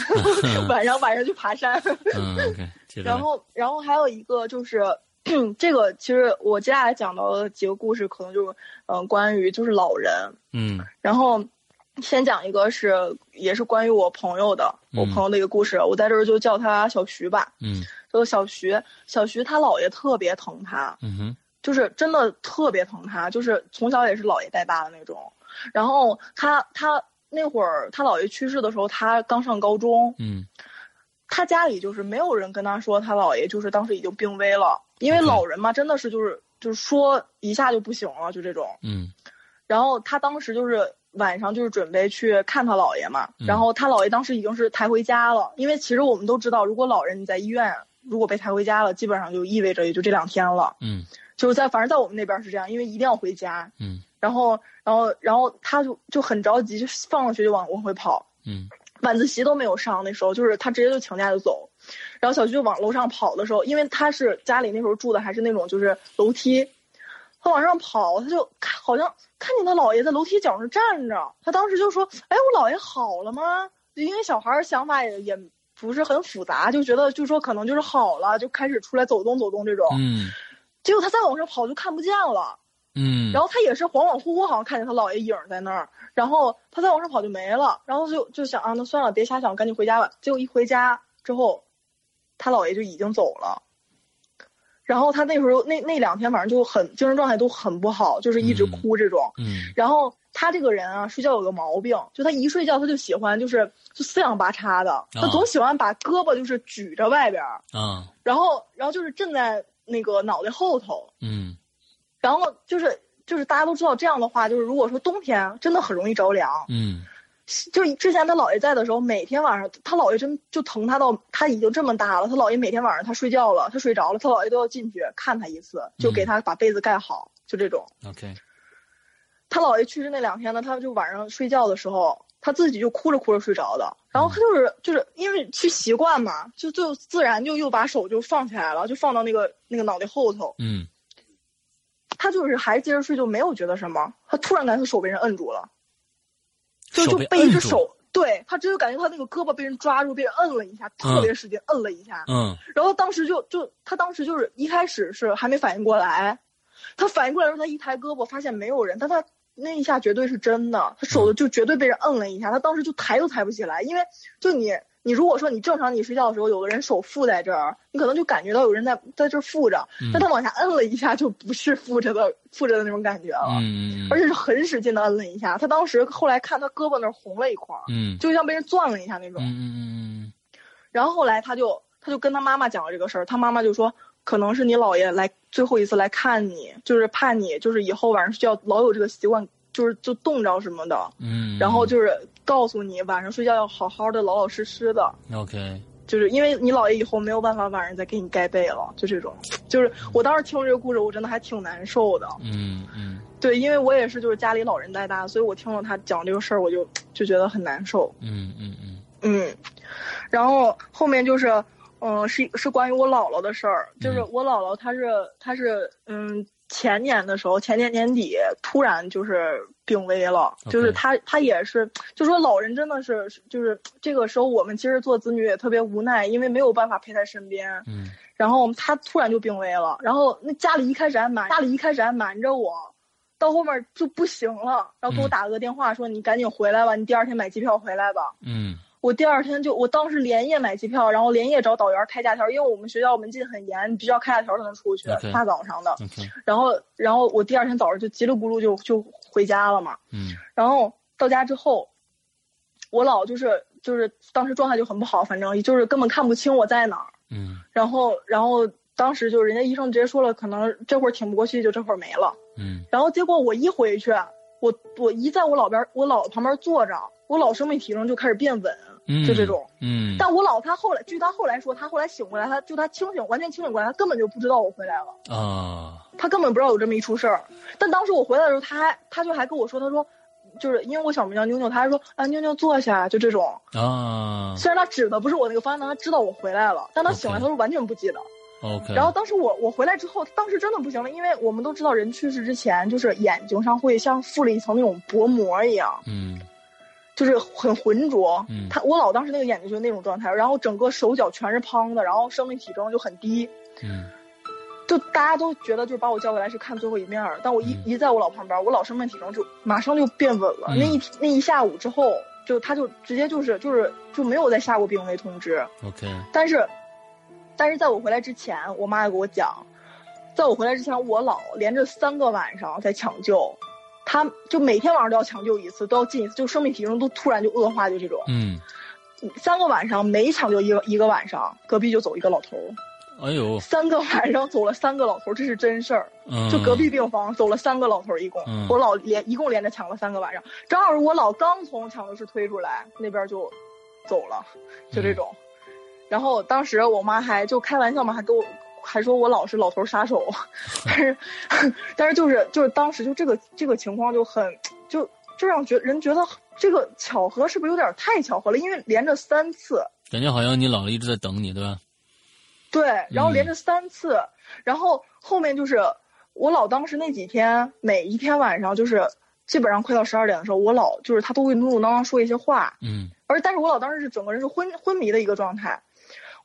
[SPEAKER 4] 晚上晚上去爬山。
[SPEAKER 3] 嗯，OK，接着
[SPEAKER 4] 然
[SPEAKER 3] 来，
[SPEAKER 4] 后，然后还有一个就是， 这个其实我接下来讲到的几个故事，可能就是嗯、呃关于就是老人，
[SPEAKER 3] 嗯
[SPEAKER 4] 然后先讲一个是也是关于我朋友的，
[SPEAKER 3] 嗯
[SPEAKER 4] 我朋友的一个故事，我在这儿就叫他小徐吧。
[SPEAKER 3] 嗯
[SPEAKER 4] 就是小徐，小徐他姥爷特别疼他，
[SPEAKER 3] 嗯哼，
[SPEAKER 4] 就是真的特别疼他，就是从小也是姥爷带大的那种。然后他他那会儿他姥爷去世的时候，他刚上高中，
[SPEAKER 3] 嗯
[SPEAKER 4] 他家里就是没有人跟他说他姥爷就是当时已经病危了，因为
[SPEAKER 3] OK
[SPEAKER 4] 老人嘛，真的是就是就是说一下就不行了，就这种。
[SPEAKER 3] 嗯
[SPEAKER 4] 然后他当时就是晚上就是准备去看他姥爷嘛，
[SPEAKER 3] 嗯
[SPEAKER 4] 然后他姥爷当时已经是抬回家了，因为其实我们都知道，如果老人你在医院如果被抬回家了，基本上就意味着也就这两天了，
[SPEAKER 3] 嗯
[SPEAKER 4] 就是在反正在我们那边是这样，因为一定要回家，
[SPEAKER 3] 嗯
[SPEAKER 4] 然后然后然后他就就很着急，就放了学就往往回跑，
[SPEAKER 3] 嗯
[SPEAKER 4] 晚自习都没有上，那时候就是他直接就请假就走，然后小徐就往楼上跑的时候，因为他是家里那时候住的还是那种就是楼梯，他往上跑，他就看好像看见他姥爷在楼梯角上站着，他当时就说：“哎，我姥爷好了吗？”就因为小孩儿想法也也不是很复杂，就觉得就说可能就是好了，就开始出来走动走动这种。
[SPEAKER 3] 嗯
[SPEAKER 4] 结果他再往上跑就看不见了，
[SPEAKER 3] 嗯，
[SPEAKER 4] 然后他也是恍恍惚惚，好像看见他姥爷影儿在那儿，然后他再往上跑就没了，然后就就想啊，那算了，别瞎想，赶紧回家吧。结果一回家之后，他姥爷就已经走了。然后他那时候那那两天晚上就很精神状态都很不好，就是一直哭这种。
[SPEAKER 3] 嗯
[SPEAKER 4] 然后他这个人啊，睡觉有个毛病，就他一睡觉他就喜欢就是就四仰八叉的，他总喜欢把胳膊就是举着外边儿，
[SPEAKER 3] 啊
[SPEAKER 4] 然后然后就是正在那个脑袋后头，
[SPEAKER 3] 嗯
[SPEAKER 4] 然后就是就是大家都知道这样的话，就是如果说冬天啊真的很容易着凉，
[SPEAKER 3] 嗯
[SPEAKER 4] 就是之前他姥爷在的时候，每天晚上他姥爷真就疼他到他已经这么大了，他姥爷每天晚上他睡觉了，他睡着了，他姥爷都要进去看他一次，就给他把被子盖好，就这种。
[SPEAKER 3] ，OK，
[SPEAKER 4] 他姥爷去世那两天呢，他就晚上睡觉的时候，他自己就哭着哭着睡着的。然后他就是就是因为去习惯嘛，就就自然就又把手就放起来了，就放到那个那个脑袋后头。
[SPEAKER 3] 嗯
[SPEAKER 4] 他就是还接着睡，就没有觉得什么。他突然感觉他手被人摁住了，就
[SPEAKER 3] 手
[SPEAKER 4] 就
[SPEAKER 3] 被
[SPEAKER 4] 一
[SPEAKER 3] 摁
[SPEAKER 4] 只
[SPEAKER 3] 住
[SPEAKER 4] 手，对他只有感觉他那个胳膊被人抓住，被人摁了一下，特别使劲摁了一下。
[SPEAKER 3] 嗯
[SPEAKER 4] 然后当时就就他当时就是一开始是还没反应过来，他反应过来的时候，他一抬胳膊发现没有人，但他那一下绝对是真的，他
[SPEAKER 3] 嗯
[SPEAKER 4] 手就绝对被人摁了一下，他当时就抬都抬不起来，因为就你你如果说你正常你睡觉的时候有个人手附在这儿，你可能就感觉到有人在在这儿附着，
[SPEAKER 3] 嗯
[SPEAKER 4] 但他往下摁了一下就不是附着的附着的那种感觉了，
[SPEAKER 3] 嗯
[SPEAKER 4] 而且是很使劲的摁了一下，他当时后来看他胳膊那儿红了一块儿，
[SPEAKER 3] 嗯
[SPEAKER 4] 就像被人攥了一下那种。
[SPEAKER 3] 嗯
[SPEAKER 4] 然后后来他就他就跟他妈妈讲了这个事儿，他妈妈就说可能是你姥爷来最后一次来看你，就是怕你就是以后晚上睡觉老有这个习惯，就是就冻着什么的，
[SPEAKER 3] 嗯，
[SPEAKER 4] 然后就是告诉你晚上睡觉要好好的，老老实实的。
[SPEAKER 3] OK，
[SPEAKER 4] 就是因为你姥爷以后没有办法晚上再给你盖被了，就这种，就是我当时听了这个故事，我真的还挺难受的。
[SPEAKER 3] 嗯嗯
[SPEAKER 4] 对，因为我也是就是家里老人带大，所以我听了他讲这个事儿，我就就觉得很难受。
[SPEAKER 3] 嗯嗯嗯
[SPEAKER 4] 嗯，然后后面就是，嗯、是是关于我姥姥的事儿，就是
[SPEAKER 3] 嗯
[SPEAKER 4] 我姥姥她是她是嗯前年的时候，前年年底突然就是病危了
[SPEAKER 3] OK
[SPEAKER 4] 就是她她也是，就说老人真的是就是这个时候我们其实做子女也特别无奈，因为没有办法陪在身边，
[SPEAKER 3] 嗯
[SPEAKER 4] 然后他突然就病危了，然后那家里一开始还瞒，家里一开始还瞒着我，到后面就不行了，然后给我
[SPEAKER 3] 嗯
[SPEAKER 4] 打了个电话说你赶紧回来吧，你第二天买机票回来吧。
[SPEAKER 3] 嗯
[SPEAKER 4] 我第二天就，我当时连夜买机票，然后连夜找导员开假条，因为我们学校门禁很严，你必须要开假条才能出去
[SPEAKER 3] OK
[SPEAKER 4] 大早上的。
[SPEAKER 3] ，OK，
[SPEAKER 4] 然后，然后我第二天早上就叽里咕噜就就回家了嘛。
[SPEAKER 3] 嗯
[SPEAKER 4] 然后到家之后，我老就是就是当时状态就很不好，反正就是根本看不清我在哪儿。
[SPEAKER 3] 嗯
[SPEAKER 4] 然后，然后当时就是人家医生直接说了，可能这会儿挺不过去，就这会儿没了。
[SPEAKER 3] 嗯
[SPEAKER 4] 然后结果我一回去，我我一在我老边我老旁边坐着，我老生命体征就开始变稳。
[SPEAKER 3] 嗯，
[SPEAKER 4] 就这种，
[SPEAKER 3] 嗯，
[SPEAKER 4] 但我姥他后来，据他后来说，他后来醒过来，他就他清醒，完全清醒过来，他根本就不知道我回来了，
[SPEAKER 3] 啊，
[SPEAKER 4] 他根本不知道有这么一出事儿。但当时我回来的时候，他还他就还跟我说，他说，就是因为我小名叫妞妞，他还说啊妞妞坐下，就这种。
[SPEAKER 3] 啊
[SPEAKER 4] 虽然他指的不是我那个方向，但他知道我回来了，但他醒来
[SPEAKER 3] OK 嗯
[SPEAKER 4] 他是完全不记得。
[SPEAKER 3] ，OK，
[SPEAKER 4] 然后当时我我回来之后，当时真的不行了，因为我们都知道人去世之前，就是眼睛上会像附了一层那种薄膜一样，
[SPEAKER 3] 嗯
[SPEAKER 4] 就是很浑浊。
[SPEAKER 3] 嗯
[SPEAKER 4] 他我老当时那个眼睛就是那种状态，然后整个手脚全是胖的，然后生命体征就很低，
[SPEAKER 3] 嗯
[SPEAKER 4] 就大家都觉得就是把我叫过来是看最后一面儿，但我一、
[SPEAKER 3] 嗯
[SPEAKER 4] 一在我老旁边，我老生命体征就马上就变稳了。
[SPEAKER 3] 嗯
[SPEAKER 4] 那一那一下午之后，就他就直接就是就是就没有再下过病危通知。
[SPEAKER 3] ，OK，
[SPEAKER 4] 但是，但是在我回来之前，我妈也给我讲，在我回来之前，我姥连着三个晚上在抢救，她就每天晚上都要抢救一次，都要进一次，就生命体征都突然就恶化，就这种。
[SPEAKER 3] 嗯，
[SPEAKER 4] 三个晚上每抢救一个一个晚上，隔壁就走一个老头儿，
[SPEAKER 3] 哎呦，
[SPEAKER 4] 三个晚上走了三个老头儿，这是真事儿。
[SPEAKER 3] 嗯，
[SPEAKER 4] 就隔壁病房走了三个老头儿，一共、
[SPEAKER 3] 嗯
[SPEAKER 4] 我姥连一共连着抢了三个晚上，正好是我姥刚从抢救室推出来，那边就走了，就
[SPEAKER 3] 嗯
[SPEAKER 4] 这种。然后当时我妈还就开玩笑嘛，还给我还说我姥是老头儿杀手， 但是但是就是就是当时就这个这个情况就很就就让觉人觉得这个巧合是不是有点太巧合了？因为连着三次，
[SPEAKER 3] 感觉好像你姥姥一直在等你，对吧？
[SPEAKER 4] 对，然后连着三次，然后后面就是我老当时那几天，每一天晚上就是基本上快到十二点的时候，我老就是他都会嘟嘟囔囔说一些话，
[SPEAKER 3] 嗯
[SPEAKER 4] 而但是我老当时是整个人是昏昏迷的一个状态，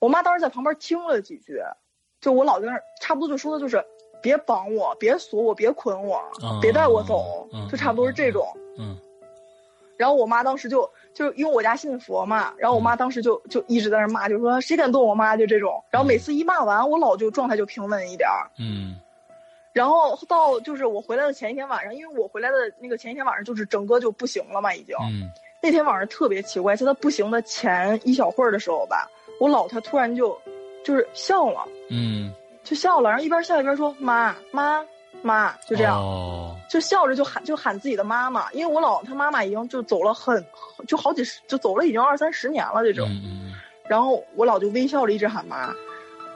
[SPEAKER 4] 我妈当时在旁边听了几句，就我老在那儿差不多就说的就是别绑我，别锁我，别捆我，别带我走，
[SPEAKER 3] 嗯
[SPEAKER 4] 就差不多是这种。
[SPEAKER 3] 嗯
[SPEAKER 4] 然后我妈当时就就因为我家信佛嘛，然后
[SPEAKER 3] 嗯
[SPEAKER 4] 我妈当时就就一直在那骂，就说谁敢动我妈就这种。然后每次一骂完，我老就状态就平稳一点儿。
[SPEAKER 3] 嗯
[SPEAKER 4] 然后到就是我回来的前一天晚上，因为我回来的那个前一天晚上就是整个就不行了嘛，已经。
[SPEAKER 3] 嗯
[SPEAKER 4] 那天晚上特别奇怪，就他不行的前一小会儿的时候吧，我老他突然就就是笑了，
[SPEAKER 3] 嗯，
[SPEAKER 4] 就笑了，然后一边笑一边说妈妈妈，就这样。
[SPEAKER 3] 哦，
[SPEAKER 4] 就笑着就喊就喊自己的妈妈，因为我姥她妈妈已经就走了很就好几十就走了已经二三十年了这种，
[SPEAKER 3] 嗯
[SPEAKER 4] 然后我姥就微笑着一直喊妈，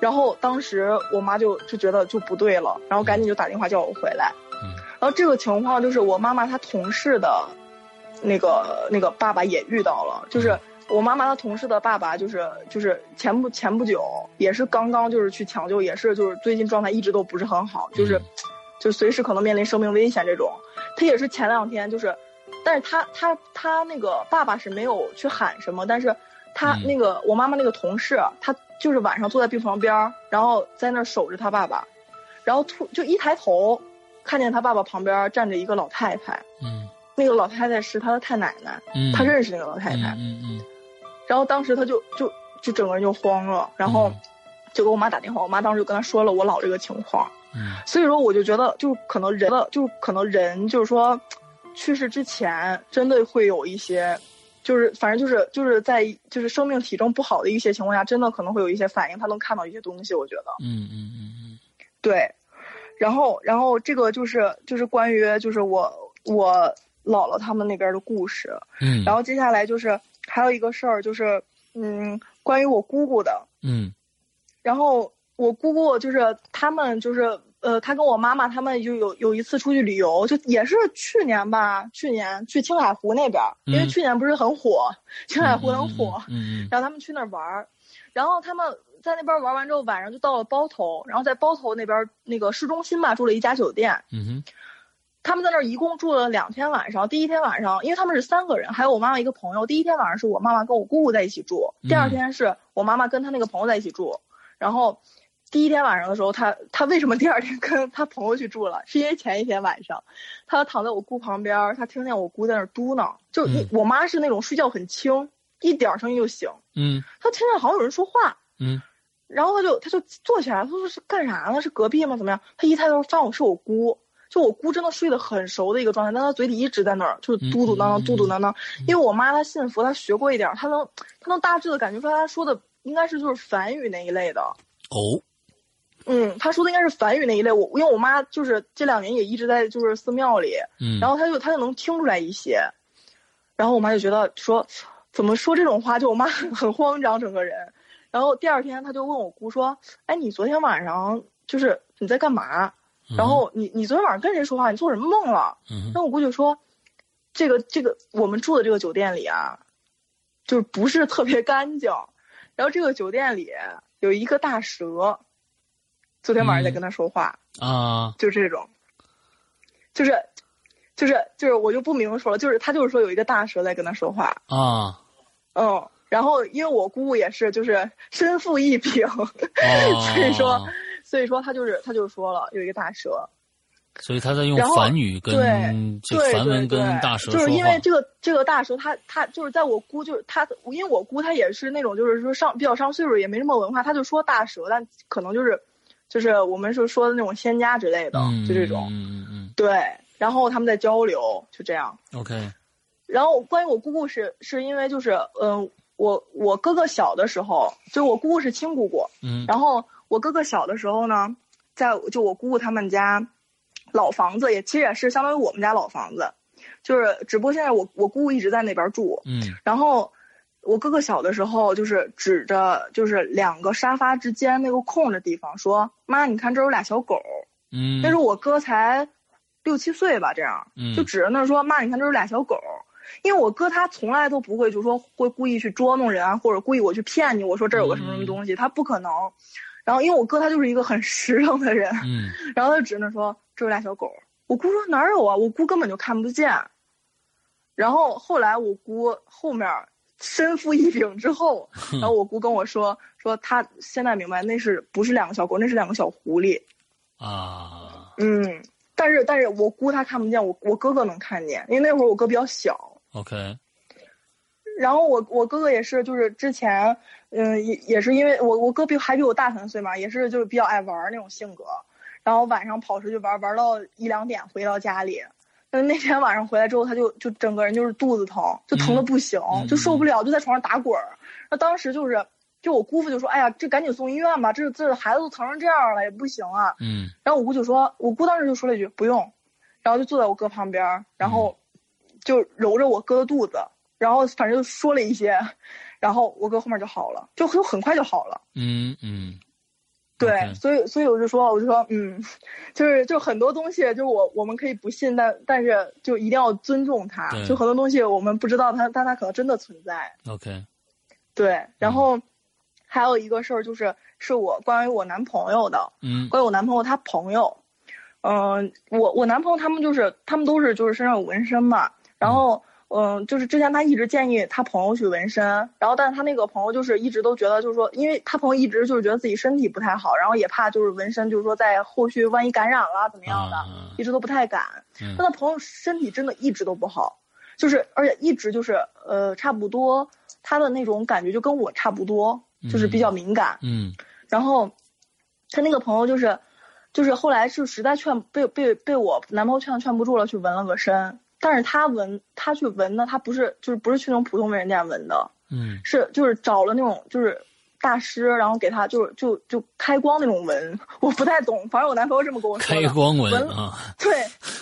[SPEAKER 4] 然后当时我妈就就觉得就不对了，然后赶紧就打电话叫我回来，
[SPEAKER 3] 嗯
[SPEAKER 4] 然后这个情况就是我妈妈她同事的那个那个爸爸也遇到了，
[SPEAKER 3] 嗯
[SPEAKER 4] 就是。我妈妈她同事的爸爸就是就是前不前不久也是刚刚就是去抢救，也是就是最近状态一直都不是很好，就是
[SPEAKER 3] 嗯
[SPEAKER 4] 就随时可能面临生命危险这种。他也是前两天就是，但是他他他那个爸爸是没有去喊什么，但是他
[SPEAKER 3] 嗯
[SPEAKER 4] 那个、我妈妈那个同事，啊他就是晚上坐在病床边儿，然后在那儿守着他爸爸，然后突就一抬头，看见他爸爸旁边站着一个老太太，
[SPEAKER 3] 嗯
[SPEAKER 4] 那个老太太是他的太奶奶，
[SPEAKER 3] 嗯，
[SPEAKER 4] 他认识那个老太太，
[SPEAKER 3] 嗯嗯
[SPEAKER 4] 然后当时他就就就整个人就慌了，然后
[SPEAKER 3] 嗯
[SPEAKER 4] 就给我妈打电话，我妈当时就跟他说了我姥这个情况。
[SPEAKER 3] 嗯
[SPEAKER 4] 所以说，我就觉得，就是可能人的，就是可能人，就是说，去世之前，真的会有一些，就是反正就是就是在就是生命体征不好的一些情况下，真的可能会有一些反应，他能看到一些东西，我觉得
[SPEAKER 3] 嗯嗯
[SPEAKER 4] 对。然后，然后这个就是就是关于就是我我姥姥他们那边的故事。
[SPEAKER 3] 嗯，
[SPEAKER 4] 然后接下来就是还有一个事儿，就是嗯，关于我姑姑的，
[SPEAKER 3] 嗯
[SPEAKER 4] 然后我姑姑就是他们就是呃，他跟我妈妈他们就有有一次出去旅游，就也是去年吧，去年去青海湖那边，因为
[SPEAKER 3] 嗯
[SPEAKER 4] 去年不是很火，青海湖很火，
[SPEAKER 3] 嗯嗯
[SPEAKER 4] 然后他们去那儿玩儿，然后他们在那边玩完之后，晚上就到了包头，然后在包头那边那个市中心吧住了一家酒店，
[SPEAKER 3] 嗯哼，
[SPEAKER 4] 他们在那儿一共住了两天晚上。第一天晚上，因为他们是三个人，还有我妈妈一个朋友。第一天晚上是我妈妈跟我姑姑在一起住，
[SPEAKER 3] 嗯
[SPEAKER 4] 第二天是我妈妈跟她那个朋友在一起住。然后第一天晚上的时候，她她为什么第二天跟她朋友去住了？是因为前一天晚上，她躺在我姑旁边儿，她听见我姑在那儿嘟囔，就是一、
[SPEAKER 3] 嗯
[SPEAKER 4] 我妈是那种睡觉很轻，一点儿声音就醒，
[SPEAKER 3] 嗯
[SPEAKER 4] 她听见好像有人说话，
[SPEAKER 3] 嗯
[SPEAKER 4] 然后他就他就坐起来，他说是干啥呢？是隔壁吗？怎么样？他一抬头，发现我是我姑，就我姑真的睡得很熟的一个状态，但她嘴里一直在那儿就是嘟嘟
[SPEAKER 3] 嗯嗯
[SPEAKER 4] 囔
[SPEAKER 3] 嗯
[SPEAKER 4] 囔、嘟嘟囔囔。因为我妈她信佛，她学过一点儿，她能她能大致的感觉出来，她说的应该是就是梵语那一类的。
[SPEAKER 3] 哦，
[SPEAKER 4] 嗯，她说的应该是梵语那一类。我因为我妈就是这两年也一直在就是寺庙里，
[SPEAKER 3] 嗯，
[SPEAKER 4] 然后她就她就能听出来一些，然后我妈就觉得说，怎么说这种话，就我妈很很慌张，整个人。然后第二天她就问我姑说，哎，你昨天晚上就是你在干嘛？然后你你昨天晚上跟谁说话？你做什么梦了？
[SPEAKER 3] 嗯哼
[SPEAKER 4] 然后我姑就说，这个这个我们住的这个酒店里啊，就是不是特别干净，然后这个酒店里有一个大蛇，昨天
[SPEAKER 3] 嗯
[SPEAKER 4] 晚上在跟她说话。
[SPEAKER 3] 啊，
[SPEAKER 4] 就这种，就是，就是，就是，我就不明说了，就是他就是说有一个大蛇在跟他说话，
[SPEAKER 3] 啊
[SPEAKER 4] 嗯，然后因为我姑姑也是就是身负一柄，
[SPEAKER 3] 哦，
[SPEAKER 4] 所以说， 所以说他就是他就说了有一个大蛇，
[SPEAKER 3] 所以他在用
[SPEAKER 4] 然后
[SPEAKER 3] 梵语
[SPEAKER 4] 对
[SPEAKER 3] 跟这
[SPEAKER 4] 对
[SPEAKER 3] 梵文
[SPEAKER 4] 对
[SPEAKER 3] 跟
[SPEAKER 4] 对，
[SPEAKER 3] 大蛇说
[SPEAKER 4] 就是
[SPEAKER 3] 话，
[SPEAKER 4] 因为这个这个大蛇他他就是在我姑就是他，因为我姑她也是那种就是说上比较上岁数也没什么文化，她就说大蛇，但可能就是就是我们是说的那种仙家之类的，
[SPEAKER 3] 嗯
[SPEAKER 4] 就这种，
[SPEAKER 3] 嗯嗯
[SPEAKER 4] 对，然后他们在交流，就这样。
[SPEAKER 3] 嗯，OK，
[SPEAKER 4] 然后关于我姑姑是是因为就是嗯、呃我我哥哥小的时候，就是我姑姑是亲姑姑，
[SPEAKER 3] 嗯
[SPEAKER 4] 然后我哥哥小的时候呢，在就我姑姑他们家老房子也其实也是相当于我们家老房子，就是只不过现在我我姑姑一直在那边住，
[SPEAKER 3] 嗯
[SPEAKER 4] 然后我哥哥小的时候就是指着就是两个沙发之间那个空的地方说：“妈，你看这有俩小狗。”
[SPEAKER 3] 嗯，
[SPEAKER 4] 那时候我哥才六七岁吧，这样，
[SPEAKER 3] 嗯
[SPEAKER 4] 就指着那儿说：“妈，你看这是俩小狗。”因为我哥他从来都不会，就说会故意去捉弄人啊，或者故意我去骗你，我说这儿有个什么什么东西，他不可能。然后因为我哥他就是一个很 实诚的人，
[SPEAKER 3] 嗯
[SPEAKER 4] 然后他就指着那儿说：“这有俩小狗。”我姑说：“哪有啊？我姑根本就看不见。”然后后来我姑后面身负一柄之后，然后我姑跟我说：“说她现在明白那是不是两个小狗，那是两个小狐狸。”
[SPEAKER 3] 啊
[SPEAKER 4] 嗯，但是但是我姑她看不见，我我哥哥能看见，因为那会儿我哥比较小。
[SPEAKER 3] ，OK，
[SPEAKER 4] 然后我我哥哥也是，就是之前，嗯，也也是因为我我哥比还比我大三岁嘛，也是就是比较爱玩儿那种性格，然后晚上跑出去玩儿，玩儿到一两点回到家里。那那天晚上回来之后，他就就整个人就是肚子疼，就疼的不行，
[SPEAKER 3] 嗯
[SPEAKER 4] 就受不了，就在床上打滚儿。那当时就是，就我姑父就说：“哎呀，这赶紧送医院吧，这这孩子都疼成这样了，也不行啊。”
[SPEAKER 3] 嗯
[SPEAKER 4] 然后我姑就说，我姑当时就说了一句不用，然后就坐在我哥旁边儿，然后就揉着我哥的肚子，然后反正就说了一些，然后我哥后面就好了，就很很快就好了。
[SPEAKER 3] 嗯嗯，
[SPEAKER 4] 对
[SPEAKER 3] OK
[SPEAKER 4] 所以所以我就说，我就说，嗯， 就是就很多东西，就是我我们可以不信，但但是就一定要尊重它
[SPEAKER 3] 对。
[SPEAKER 4] 就很多东西我们不知道它，但它可能真的存在。
[SPEAKER 3] OK，
[SPEAKER 4] 对，
[SPEAKER 3] 嗯
[SPEAKER 4] 然后还有一个事儿就是，是我关于我男朋友的，
[SPEAKER 3] 嗯
[SPEAKER 4] 关于我男朋友他朋友，嗯、我我男朋友他们就是他们都是就是身上有纹身嘛，然后嗯、就是之前他一直建议他朋友去纹身，然后但是他那个朋友就是一直都觉得就是说，因为他朋友一直就是觉得自己身体不太好，然后也怕就是纹身就是说在后续万一感染了怎么样的，
[SPEAKER 3] 啊，
[SPEAKER 4] 一直都不太敢。
[SPEAKER 3] 嗯
[SPEAKER 4] 但他朋友身体真的一直都不好，就是而且一直就是呃差不多他的那种感觉就跟我差不多，就是比较敏感，
[SPEAKER 3] 嗯
[SPEAKER 4] 然后他那个朋友就是，就是后来是实在劝被被被我男朋友劝劝不住了，去纹了个身。但是他纹他去纹呢，他不是就是不是去那种普通纹身店纹的，
[SPEAKER 3] 嗯
[SPEAKER 4] 是就是找了那种就是大师，然后给他就是就就开光那种纹， 我不太懂，反正我男朋友这么跟我说
[SPEAKER 3] 开
[SPEAKER 4] 的。
[SPEAKER 3] 光文
[SPEAKER 4] 文
[SPEAKER 3] 啊，
[SPEAKER 4] 对，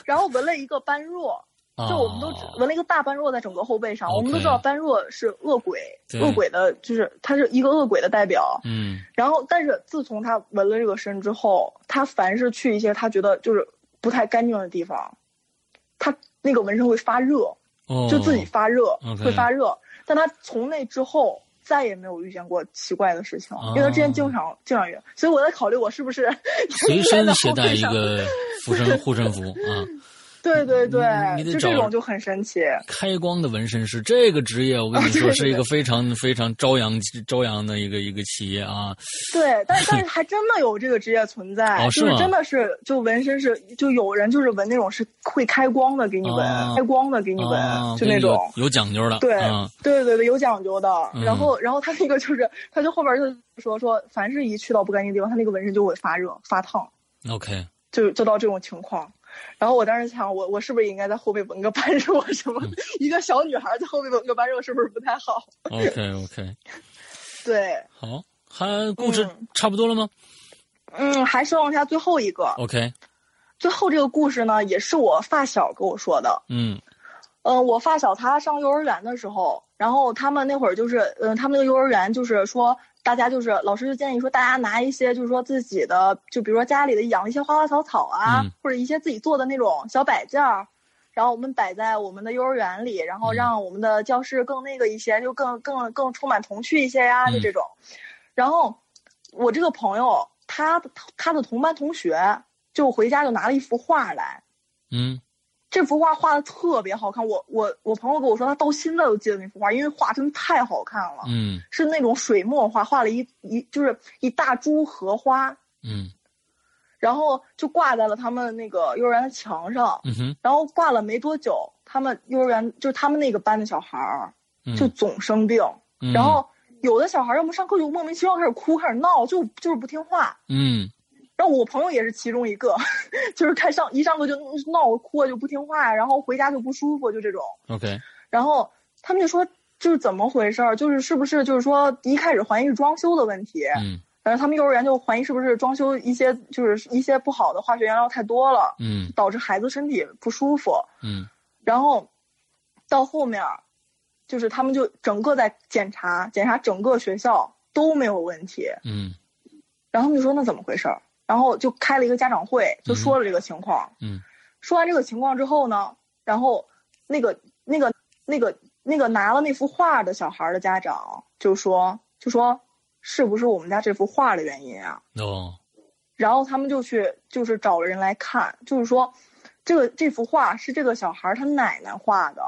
[SPEAKER 4] 然后纹了一个般若，
[SPEAKER 3] 啊
[SPEAKER 4] 就我们都只纹了一个大般若在整个后背上。
[SPEAKER 3] OK
[SPEAKER 4] 我们都知道般若是恶鬼，
[SPEAKER 3] 对
[SPEAKER 4] 恶鬼的就是他是一个恶鬼的代表。
[SPEAKER 3] 嗯
[SPEAKER 4] 然后，但是自从他纹了这个身之后，他凡是去一些他觉得就是不太干净的地方，他那个纹身会发热，
[SPEAKER 3] 哦，
[SPEAKER 4] 就自己发热，
[SPEAKER 3] OK
[SPEAKER 4] 会发热。但他从那之后再也没有遇见过奇怪的事情，因为他之前经常经常遇，所以我在考虑我是不是
[SPEAKER 3] 哦 随身携带
[SPEAKER 4] 带
[SPEAKER 3] 一。 个护身护身符啊。
[SPEAKER 4] 对对对
[SPEAKER 3] 你，得
[SPEAKER 4] 就这
[SPEAKER 3] 找
[SPEAKER 4] 种就很神奇。
[SPEAKER 3] 开光的纹身师这个职业，我跟你
[SPEAKER 4] 哦对
[SPEAKER 3] 说
[SPEAKER 4] 对
[SPEAKER 3] 是一个非常非常朝阳朝阳的一个一个企业啊。
[SPEAKER 4] 对，但是但是还真的有这个职业存在，
[SPEAKER 3] 哦是
[SPEAKER 4] 就
[SPEAKER 3] 吗
[SPEAKER 4] 是真的是就纹身是就有人就是纹那种是会开光的给你纹，
[SPEAKER 3] 哦
[SPEAKER 4] 开光的给你纹，
[SPEAKER 3] 啊，
[SPEAKER 4] 就那种。
[SPEAKER 3] 有有讲究的，
[SPEAKER 4] 对、
[SPEAKER 3] 啊
[SPEAKER 4] 对对对，有讲究的。
[SPEAKER 3] 嗯
[SPEAKER 4] 然后，然后他那个就是，他就后边就说说，凡是一去到不干净的地方，他那个纹身就会发热、发烫，
[SPEAKER 3] ，OK，
[SPEAKER 4] 就就到这种情况。然后我当时想，我我是不是也应该在后背纹个般若什么？
[SPEAKER 3] 嗯
[SPEAKER 4] 一个小女孩在后背纹个般若是不是不太好？
[SPEAKER 3] OK OK，
[SPEAKER 4] 对，
[SPEAKER 3] 好，还故事
[SPEAKER 4] 嗯
[SPEAKER 3] 差不多了吗
[SPEAKER 4] 嗯，还剩下最后一个，
[SPEAKER 3] ？OK，
[SPEAKER 4] 最后这个故事呢，也是我发小跟我说的。
[SPEAKER 3] 嗯
[SPEAKER 4] 嗯，我发小他上幼儿园的时候，然后他们那会儿就是，嗯，他们那个幼儿园就是说，大家就是老师就建议说，大家拿一些就是说自己的，就比如说家里的养了一些花花草草啊，
[SPEAKER 3] 嗯
[SPEAKER 4] 或者一些自己做的那种小摆件儿，然后我们摆在我们的幼儿园里，然后
[SPEAKER 3] 嗯
[SPEAKER 4] 让我们的教室更那个一些，就更更更充满童趣一些呀、
[SPEAKER 3] 嗯
[SPEAKER 4] 就这种。然后我这个朋友，他的他的同班同学就回家就拿了一幅画来，
[SPEAKER 3] 嗯，
[SPEAKER 4] 这幅画画的特别好看，我我我朋友跟我说，他到现在都记得那幅画，因为画真的太好看了，
[SPEAKER 3] 嗯
[SPEAKER 4] 是那种水墨画，画了一一就是一大株荷花，
[SPEAKER 3] 嗯
[SPEAKER 4] 然后就挂在了他们那个幼儿园的墙上，
[SPEAKER 3] 嗯哼，
[SPEAKER 4] 然后挂了没多久，他们幼儿园就是他们那个班的小孩儿
[SPEAKER 3] 嗯
[SPEAKER 4] 就总生病，
[SPEAKER 3] 嗯
[SPEAKER 4] 然后有的小孩儿要么上课就莫名其妙开始哭，开始闹，就就是不听话，
[SPEAKER 3] 嗯
[SPEAKER 4] 然后我朋友也是其中一个， 就是开上一上课就闹哭啊，就不听话，然后回家就不舒服，就这种。
[SPEAKER 3] OK，
[SPEAKER 4] 然后他们就说就是怎么回事儿，就是是不是就是说一开始怀疑是装修的问题，
[SPEAKER 3] 嗯
[SPEAKER 4] 然后他们幼儿园就怀疑是不是装修一些就是一些不好的化学原料太多了，
[SPEAKER 3] 嗯
[SPEAKER 4] 导致孩子身体不舒服。
[SPEAKER 3] 嗯
[SPEAKER 4] 然后到后面儿，就是他们就整个在检查检查整个学校都没有问题，
[SPEAKER 3] 嗯
[SPEAKER 4] 然后他们就说那怎么回事儿？然后就开了一个家长会，就说了这个情况。
[SPEAKER 3] 嗯嗯
[SPEAKER 4] 说完这个情况之后呢，然后那个那个那个那个拿了那幅画的小孩儿的家长就说就说是不是我们家这幅画的原因啊？
[SPEAKER 3] 哦
[SPEAKER 4] 然后他们就去就是找人来看，就是说这个这幅画是这个小孩儿他奶奶画的，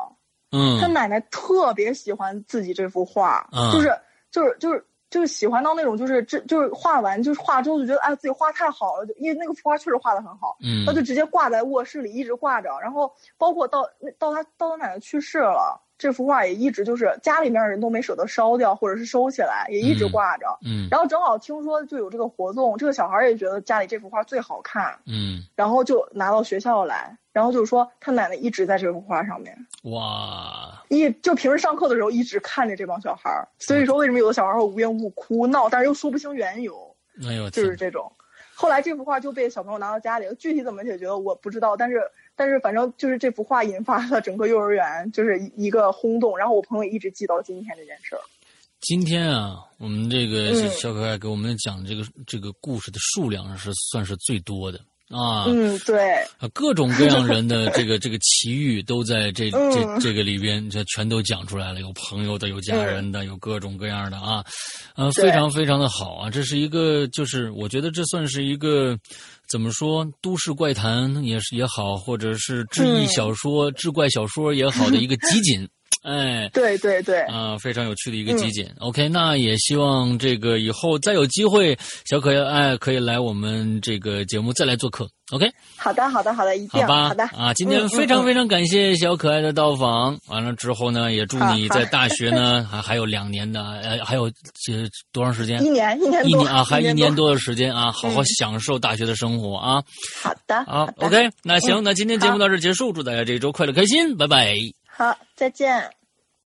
[SPEAKER 4] 他
[SPEAKER 3] 嗯
[SPEAKER 4] 奶奶特别喜欢自己这幅画，
[SPEAKER 3] 嗯
[SPEAKER 4] 就是就是就是就是喜欢到那种就是这就是画完就是画之后就觉得哎自己画太好了，就因为那个幅画确实画的很好，
[SPEAKER 3] 嗯
[SPEAKER 4] 他就直接挂在卧室里一直挂着，然后包括到那到他到他奶奶去世了，这幅画也一直就是家里面人都没舍得烧掉或者是收起来，也一直
[SPEAKER 3] 嗯
[SPEAKER 4] 挂着。
[SPEAKER 3] 嗯
[SPEAKER 4] 然后正好听说就有这个活动，这个小孩儿也觉得家里这幅画最好看，
[SPEAKER 3] 嗯
[SPEAKER 4] 然后就拿到学校来，然后就说他奶奶一直在这幅画上面。
[SPEAKER 3] 哇
[SPEAKER 4] 一就平时上课的时候一直看着这帮小孩儿，所以说为什么有的小孩儿会无缘无故哭闹，但是又说不清缘由，
[SPEAKER 3] 哎呦我
[SPEAKER 4] 就
[SPEAKER 3] 天
[SPEAKER 4] 是这种。后来这幅画就被小朋友拿到家里了，具体怎么解决的我不知道，但是但是反正就是这幅画引发了整个幼儿园就是一个轰动，然后我朋友一直记到今天这件事儿。
[SPEAKER 3] 今天啊，我们这个
[SPEAKER 4] 嗯
[SPEAKER 3] 小可爱给我们讲这个这个故事的数量是算是最多的啊。
[SPEAKER 4] 嗯，对，
[SPEAKER 3] 啊，各种各样人的这个这 个奇遇都在这这
[SPEAKER 4] 嗯
[SPEAKER 3] 这个里边，这全都讲出来了。有朋友的，有家人的，有各种各样的啊，呃，
[SPEAKER 4] 嗯对
[SPEAKER 3] 非常非常的好啊。这是一个，就是我觉得这算是一个怎么说，都市怪谈也是也好，或者是志异
[SPEAKER 4] 嗯
[SPEAKER 3] 小说、志怪小说也好的一个集 锦。哎，
[SPEAKER 4] 对对对，
[SPEAKER 3] 啊、非常有趣的一个
[SPEAKER 4] 嗯
[SPEAKER 3] 集锦。OK，那也希望这个以后再有机会，小可爱可以来我们这个节目再来做客。OK，
[SPEAKER 4] 好的好的好的，一
[SPEAKER 3] 好
[SPEAKER 4] 定
[SPEAKER 3] 吧，
[SPEAKER 4] 的
[SPEAKER 3] 啊，今天
[SPEAKER 4] 嗯
[SPEAKER 3] 非常
[SPEAKER 4] 嗯嗯
[SPEAKER 3] 非常感谢小可爱的到访。完了之后呢，也祝你
[SPEAKER 4] 好好
[SPEAKER 3] 在大学 呢啊还还有两年的，呃，还有这多长时间
[SPEAKER 4] 一？年一年
[SPEAKER 3] 一
[SPEAKER 4] 多
[SPEAKER 3] 年啊，还一年
[SPEAKER 4] 多，
[SPEAKER 3] 多的时间啊，好好
[SPEAKER 4] 嗯
[SPEAKER 3] 享受大学的生活啊！
[SPEAKER 4] 好的
[SPEAKER 3] 好
[SPEAKER 4] 好的
[SPEAKER 3] ，OK，那行，
[SPEAKER 4] 嗯
[SPEAKER 3] 那今天节目
[SPEAKER 4] 好
[SPEAKER 3] 到这儿结束，祝大家这一周快乐开心，拜拜。
[SPEAKER 4] 好，再见。